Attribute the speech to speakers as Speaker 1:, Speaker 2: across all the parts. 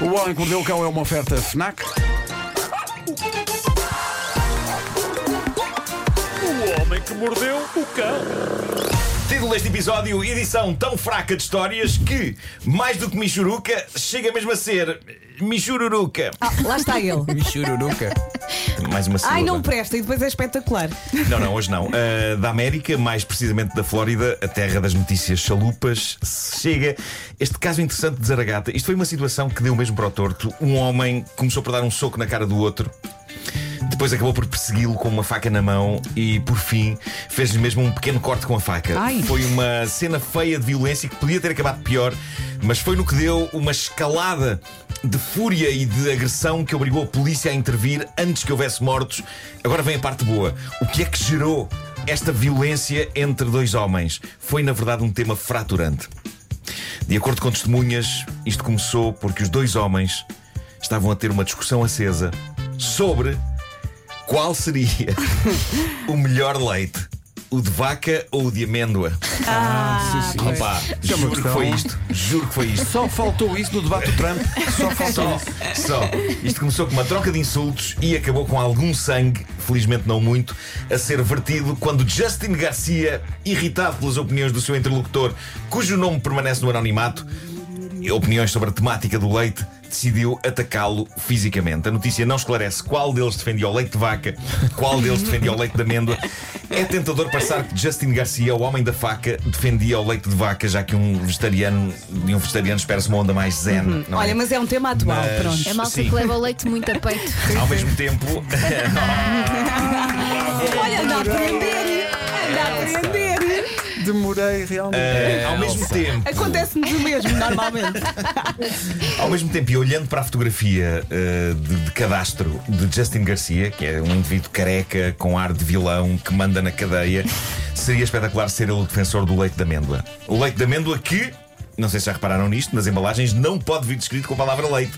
Speaker 1: O Homem que Mordeu o Cão é uma oferta FNAC.
Speaker 2: O homem que mordeu o cão.
Speaker 3: Título deste episódio: edição tão fraca de histórias que, mais do que Michuruca, chega mesmo a ser Michururuca.
Speaker 4: Ah, lá está ele.
Speaker 1: Michururuca.
Speaker 3: Mais uma
Speaker 4: Ai, não
Speaker 3: sílaba.
Speaker 4: presta, e depois é espetacular.
Speaker 3: Não, não, hoje não. Ah, da América, mais precisamente da Flórida, a terra das notícias chalupas, chega este caso interessante de Zaragata. Isto foi uma situação que deu mesmo para o torto. Um homem começou por dar um soco na cara do outro. Depois acabou por persegui-lo com uma faca na mão e, por fim, fez-lhe mesmo um pequeno corte com a faca.
Speaker 4: Ai.
Speaker 3: Foi uma cena feia de violência que podia ter acabado pior, mas foi no que deu uma escalada de fúria e de agressão que obrigou a polícia a intervir antes que houvesse mortos. Agora vem a parte boa. O que é que gerou esta violência entre dois homens? Foi, na verdade, um tema fraturante. De acordo com testemunhas, isto começou porque os dois homens estavam a ter uma discussão acesa sobre qual seria o melhor leite. O de vaca ou o de amêndoa?
Speaker 4: Ah,
Speaker 1: Sim, sim.
Speaker 3: Opa,
Speaker 1: é uma
Speaker 3: juro que
Speaker 1: questão.
Speaker 3: foi isto. Juro que foi isto.
Speaker 1: Ah, Só faltou isso no debate do Trump. Só faltou
Speaker 3: Só,
Speaker 1: isso.
Speaker 3: só. Isto começou com uma troca de insultos e acabou com algum sangue, felizmente não muito, a ser vertido quando Justin Garcia, irritado pelas opiniões do seu interlocutor, cujo nome permanece no anonimato, e opiniões sobre a temática do leite, decidiu atacá-lo fisicamente. A notícia não esclarece qual deles defendia o leite de vaca, qual deles defendia o leite de amêndoa. É tentador pensar que Justin Garcia, o homem da faca, defendia o leite de vaca, já que um vegetariano, de um vegetariano espera-se uma onda mais zen. não é?
Speaker 4: Olha, mas é um tema atual,
Speaker 3: Mas-
Speaker 4: pronto.
Speaker 5: É malta
Speaker 3: Sim.
Speaker 5: que leva o leite muito a peito.
Speaker 3: Ao mesmo tempo,
Speaker 4: Olha, anda a aprender, anda a aprender.
Speaker 1: Demorei realmente.
Speaker 3: eh, ao mesmo tempo,
Speaker 4: Acontece-nos o mesmo, normalmente.
Speaker 3: ao mesmo tempo, e olhando para a fotografia eh, de, de cadastro de Justin Garcia, que é um indivíduo careca com ar de vilão que manda na cadeia, seria espetacular ser ele o defensor do leite de amêndoa. O leite de amêndoa que não sei se já repararam nisto, nas embalagens não pode vir descrito com a palavra leite.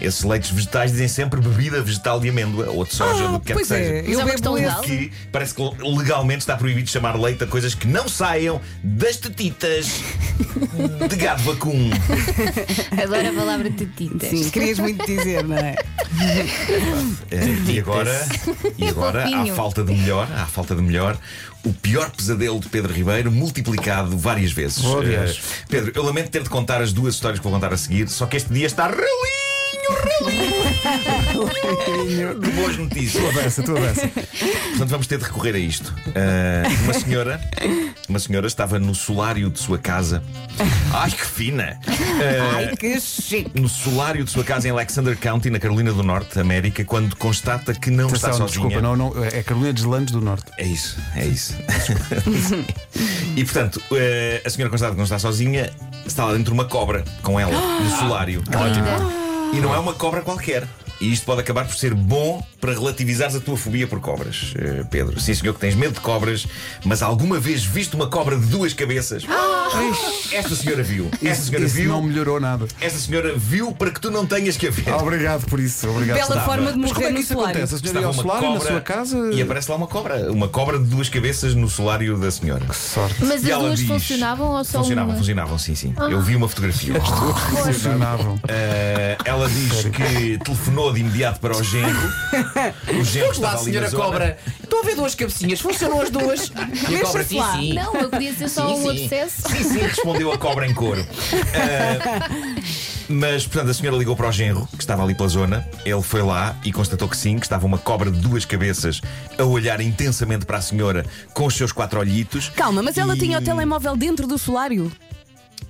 Speaker 3: Esses leites vegetais dizem sempre bebida vegetal de amêndoa ou de soja ou do que quer que
Speaker 4: pois
Speaker 3: seja.
Speaker 4: é,
Speaker 5: Mas é
Speaker 4: eu
Speaker 5: uma
Speaker 4: bebo
Speaker 5: questão
Speaker 4: esse.
Speaker 5: legal.
Speaker 3: que parece que legalmente está proibido chamar leite a coisas que não saiam das tetitas de gado vacum.
Speaker 5: Adoro a palavra tetitas.
Speaker 4: Sim, querias muito dizer, não é?
Speaker 3: Eh, E agora, e agora à
Speaker 5: Fofinho.
Speaker 3: falta de melhor, à falta de melhor, o pior pesadelo de Pedro Ribeiro multiplicado várias vezes.
Speaker 1: Oh, Deus.
Speaker 3: Eh, Pedro, eu lamento ter de contar as duas histórias que vou contar a seguir, só que este dia está relinho, relinho de boas notícias.
Speaker 1: Avança, tu avança.
Speaker 3: Portanto, vamos ter de recorrer a isto. Ah, uma senhora, uma senhora estava no solário de sua casa. Ai, que fina! Ah,
Speaker 4: Ai, que chique.
Speaker 3: no solário de sua casa em Alexander County, na Carolina do Norte, América, quando constata que não está
Speaker 1: Atenção,
Speaker 3: sozinha.
Speaker 1: desculpa, não, não, é Carolina de Landes do Norte.
Speaker 3: É isso, é isso. e portanto, eh, a senhora constata que não está sozinha, está lá dentro uma cobra com ela, no solário.
Speaker 5: Ah, Linda.
Speaker 3: E não é uma cobra qualquer. E isto pode acabar por ser bom para relativizares a tua fobia por cobras, eh, Pedro. Sim, senhor, que tens medo de cobras, mas alguma vez viste uma cobra de duas cabeças?
Speaker 1: Ah!
Speaker 3: Esta senhora viu. Esta senhora
Speaker 1: Isso não
Speaker 3: viu.
Speaker 1: melhorou nada.
Speaker 3: Esta senhora viu para que tu não tenhas que a ver.
Speaker 1: Ah, Obrigado por isso. Obrigado.
Speaker 4: Bela
Speaker 1: Estava.
Speaker 4: forma de
Speaker 1: Mas como
Speaker 4: morrer
Speaker 1: é que
Speaker 4: no
Speaker 1: isso
Speaker 4: solário.
Speaker 1: acontece? A senhora ia
Speaker 3: Estava
Speaker 1: ao
Speaker 3: uma
Speaker 1: solário na
Speaker 3: cobra
Speaker 1: sua casa. eh,
Speaker 3: E aparece lá uma cobra. Uma cobra de duas cabeças no solário da senhora.
Speaker 1: Sorte.
Speaker 5: Mas
Speaker 3: E
Speaker 5: as
Speaker 3: ela
Speaker 5: duas
Speaker 3: diz-
Speaker 5: funcionavam ou só
Speaker 3: Funcionavam,
Speaker 5: uma? Ah.
Speaker 3: funcionavam, sim, sim. Eu vi uma fotografia.
Speaker 1: Funcionavam.
Speaker 3: Eh, ela diz que telefonou de imediato para o genro. O genro
Speaker 6: Vamos lá,
Speaker 3: estava ali na
Speaker 6: senhora
Speaker 3: zona.
Speaker 6: cobra. Estou a ver duas cabecinhas. Funcionam as duas. E a cobra, sim,
Speaker 4: lá.
Speaker 6: sim.
Speaker 5: Não, eu queria ser só
Speaker 6: Sim,
Speaker 5: um
Speaker 6: sim.
Speaker 5: abscesso.
Speaker 3: Sim, sim, respondeu a cobra em couro. Ah, mas, portanto, a senhora ligou para o genro, que estava ali pela zona. Ele foi lá e constatou que sim, que estava uma cobra de duas cabeças a olhar intensamente para a senhora com os seus quatro olhitos.
Speaker 4: Calma, mas ela
Speaker 3: E-
Speaker 4: tinha o telemóvel dentro do solário?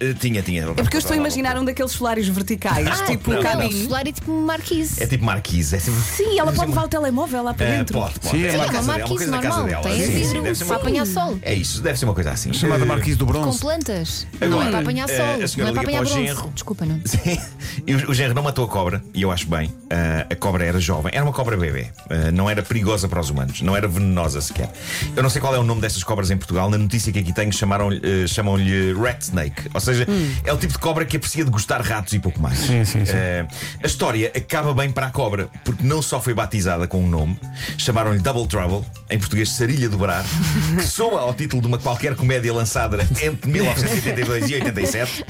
Speaker 3: Eh, Tinha, tinha.
Speaker 4: É porque eu estou a imaginar um daqueles solários verticais, tipo
Speaker 3: Ah, não,
Speaker 4: o
Speaker 3: não.
Speaker 5: Ah, Não, o
Speaker 4: cabinho.
Speaker 5: celular é tipo um marquise.
Speaker 3: É tipo marquise. É tipo...
Speaker 4: Sim, ela pode levar o telemóvel lá para
Speaker 3: Eh,
Speaker 4: dentro.
Speaker 3: pode, pode.
Speaker 1: Sim,
Speaker 3: é
Speaker 1: é
Speaker 3: uma,
Speaker 1: uma
Speaker 3: casa, é uma
Speaker 5: marquise
Speaker 3: coisa da casa
Speaker 5: normal,
Speaker 3: dela.
Speaker 4: um
Speaker 5: tem
Speaker 3: Sim, sim,
Speaker 5: vidro
Speaker 3: deve ser
Speaker 5: para
Speaker 3: uma-
Speaker 5: apanhar sol.
Speaker 3: É isso, deve ser uma coisa assim.
Speaker 1: Chamada
Speaker 3: Eh,
Speaker 1: Marquise do
Speaker 5: Com
Speaker 1: Bronze.
Speaker 5: plantas.
Speaker 3: Agora,
Speaker 5: não é para apanhar
Speaker 3: eh,
Speaker 5: sol.
Speaker 3: a
Speaker 5: Não
Speaker 3: senhora
Speaker 5: é para
Speaker 3: liga para
Speaker 5: apanhar
Speaker 3: o
Speaker 5: bronze.
Speaker 3: genro.
Speaker 5: Desculpa, não.
Speaker 3: Sim. E o, o genro não matou a cobra, e eu acho bem. Ah, a cobra era jovem, era uma cobra bebê. Ah, não era perigosa para os humanos, não era venenosa sequer. Eu não sei qual é o nome destas cobras em Portugal. Na notícia que aqui tenho, chamaram-lhe, eh, ah, chamam-lhe rat snake. Ou seja, seja, é o tipo de cobra que aprecia degustar ratos e pouco mais.
Speaker 1: Hum. Sim, sim, sim.
Speaker 3: Eh, a história acaba bem para a cobra, porque não só foi batizada com um nome, chamaram-lhe Double Trouble, em português Sarilha do Brar, que soa ao título de uma qualquer comédia lançada entre 1982 e 87,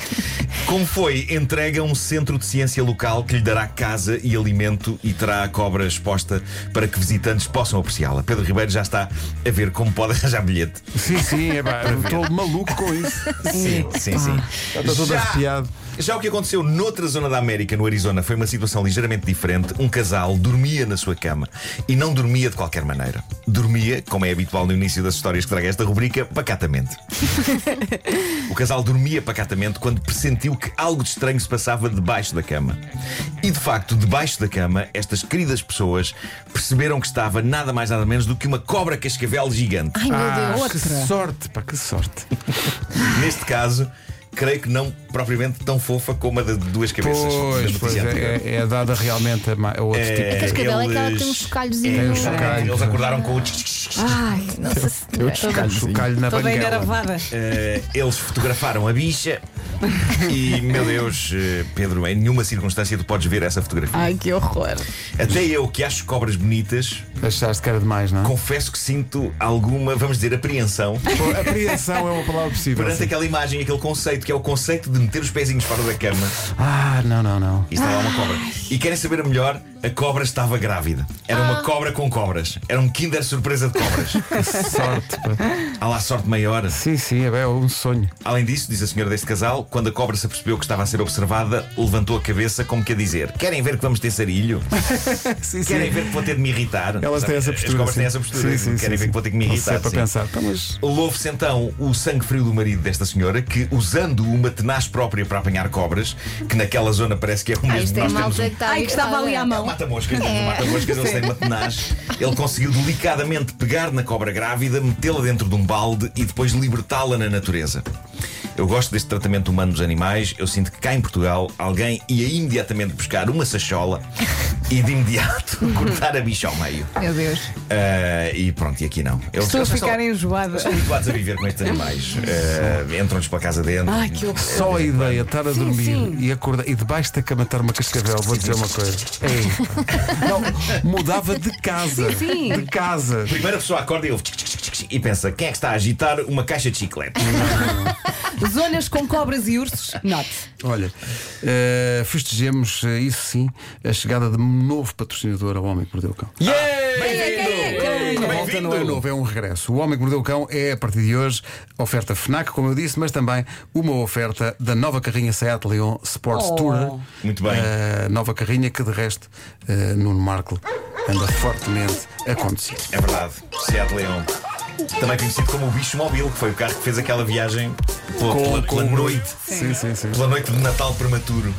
Speaker 3: como foi entregue a um centro de ciência local que lhe dará casa e alimento e terá a cobra exposta para que visitantes possam apreciá-la. Pedro Ribeiro já está a ver como pode arranjar bilhete.
Speaker 1: Sim, sim, é pá, estou maluco com isso.
Speaker 3: Sim, sim, sim.
Speaker 1: Estou todo
Speaker 3: Já-
Speaker 1: arrepiado.
Speaker 3: Já o que aconteceu noutra zona da América, no Arizona, foi uma situação ligeiramente diferente. Um casal dormia na sua cama e não dormia de qualquer maneira. Dormia, como é habitual no início das histórias que traga esta rubrica, pacatamente. O casal dormia pacatamente quando pressentiu que algo de estranho se passava debaixo da cama. E de facto, debaixo da cama, estas queridas pessoas perceberam que estava nada mais nada menos do que uma cobra cascavel gigante.
Speaker 5: Ai meu
Speaker 1: Ah,
Speaker 5: Deus.
Speaker 1: que sorte, pá, que sorte.
Speaker 3: Neste caso, creio que não propriamente tão fofa como a de duas cabeças. da
Speaker 1: Pois,
Speaker 3: notícia
Speaker 1: pois
Speaker 3: anterior.
Speaker 1: é, é dada realmente a, ma- a outro
Speaker 5: A
Speaker 1: tipo.
Speaker 5: cascavel é aquela que tem um
Speaker 3: eles-
Speaker 5: chocalhozinho.
Speaker 1: Tem um
Speaker 5: não é?
Speaker 1: chocalho.
Speaker 3: Eles acordaram com o tch-tch-tch-tch.
Speaker 4: Ai, nossa senhora.
Speaker 1: Chocalho, chocalho na
Speaker 4: Toda
Speaker 1: banguela.
Speaker 4: enervada.
Speaker 3: Eh, Eles fotografaram a bicha E, meu Deus, eh, Pedro Em nenhuma circunstância tu podes ver essa fotografia
Speaker 4: Ai, que horror.
Speaker 3: Até eu que acho cobras bonitas
Speaker 1: Achaste que era demais, não?
Speaker 3: Confesso que sinto alguma, vamos dizer, apreensão
Speaker 1: Pô, apreensão é uma palavra possível.
Speaker 3: Perante
Speaker 1: sim.
Speaker 3: aquela imagem, aquele conceito Que é o conceito de meter os pezinhos fora da cama
Speaker 1: Ah, não, não, não.
Speaker 3: E está lá uma cobra E querem saber a melhor, a cobra estava grávida Era uma cobra com cobras Era um kinder surpresa de cobras
Speaker 1: Que
Speaker 4: é-
Speaker 1: sorte, pá.
Speaker 3: Há lá sorte maior
Speaker 1: Sim, sim, é bem, é um sonho.
Speaker 3: Além disso, diz a senhora deste casal, quando a cobra se apercebeu que estava a ser observada, levantou a cabeça como que a dizer: Querem ver que vamos ter sarilho?
Speaker 1: Sim,
Speaker 3: Querem ver que vou ter de me irritar?
Speaker 1: Elas têm
Speaker 3: Sabe,
Speaker 1: essa
Speaker 3: As
Speaker 1: postura.
Speaker 3: cobras
Speaker 1: sim.
Speaker 3: têm essa postura.
Speaker 1: Sim, sim,
Speaker 3: Querem
Speaker 1: sim,
Speaker 3: ver que vou ter que me
Speaker 1: Não
Speaker 3: irritar?
Speaker 1: sei para
Speaker 3: sim.
Speaker 1: pensar. Então, mas
Speaker 3: Louve-se então o sangue frio do marido desta senhora que, usando uma tenaz própria para apanhar cobras, que naquela zona parece que é o
Speaker 5: Ah,
Speaker 3: mesmo
Speaker 5: isto
Speaker 3: que
Speaker 5: é
Speaker 3: nós temos
Speaker 5: malta
Speaker 3: um
Speaker 5: que está
Speaker 4: Ai, que estava ali à
Speaker 5: habituada.
Speaker 3: é o
Speaker 4: mão.
Speaker 3: mata-moscas, o mata-moscas, ele tem uma tenaz. Ele conseguiu delicadamente pegar na cobra grávida, metê-la dentro de um balde e depois libertá-la na natureza. Eu gosto deste tratamento humano dos animais. Eu sinto que cá em Portugal alguém ia imediatamente buscar uma sachola e de imediato cortar a bicha ao meio.
Speaker 4: Meu Deus.
Speaker 3: Ah, e pronto, e aqui não. Eles,
Speaker 4: Estou a
Speaker 3: eles são-
Speaker 4: ficar enjoada.
Speaker 3: São habituados a viver com estes animais. Ah, Entram-nos pela casa dentro.
Speaker 4: Ai, que horror.
Speaker 1: só a ideia de estar a dormir
Speaker 4: sim.
Speaker 1: e acordar e debaixo da cama estar uma cascavel, vou dizer uma coisa. Ei, não, mudava de casa.
Speaker 4: sim.
Speaker 1: De casa.
Speaker 3: Primeira pessoa acorda e ouve tchic, tchic, tchic, tchic, e pensa: quem é que está a agitar uma caixa de chiclete?
Speaker 4: Zonas com cobras e ursos. Note.
Speaker 1: Olha, eh, festejemos, eh, isso sim, a chegada de um novo patrocinador ao Homem que Mordeu o Cão.
Speaker 3: é Bem-vindo!
Speaker 1: A volta não é novo, é um regresso. O Homem que Mordeu o Cão é, a partir de hoje, oferta FNAC, como eu disse, mas também uma oferta da nova carrinha Seat Leon Sports
Speaker 4: Oh.
Speaker 1: Tourer.
Speaker 3: Muito bem.
Speaker 1: Eh, nova carrinha que, de resto, eh, Nuno Marco anda fortemente a conduzir.
Speaker 3: É verdade, Seat Leon. Também conhecido como o bicho móvel, que foi o carro que fez aquela viagem pela, pela- pela noite,
Speaker 1: Sim, sim, sim.
Speaker 3: pela noite de Natal prematuro.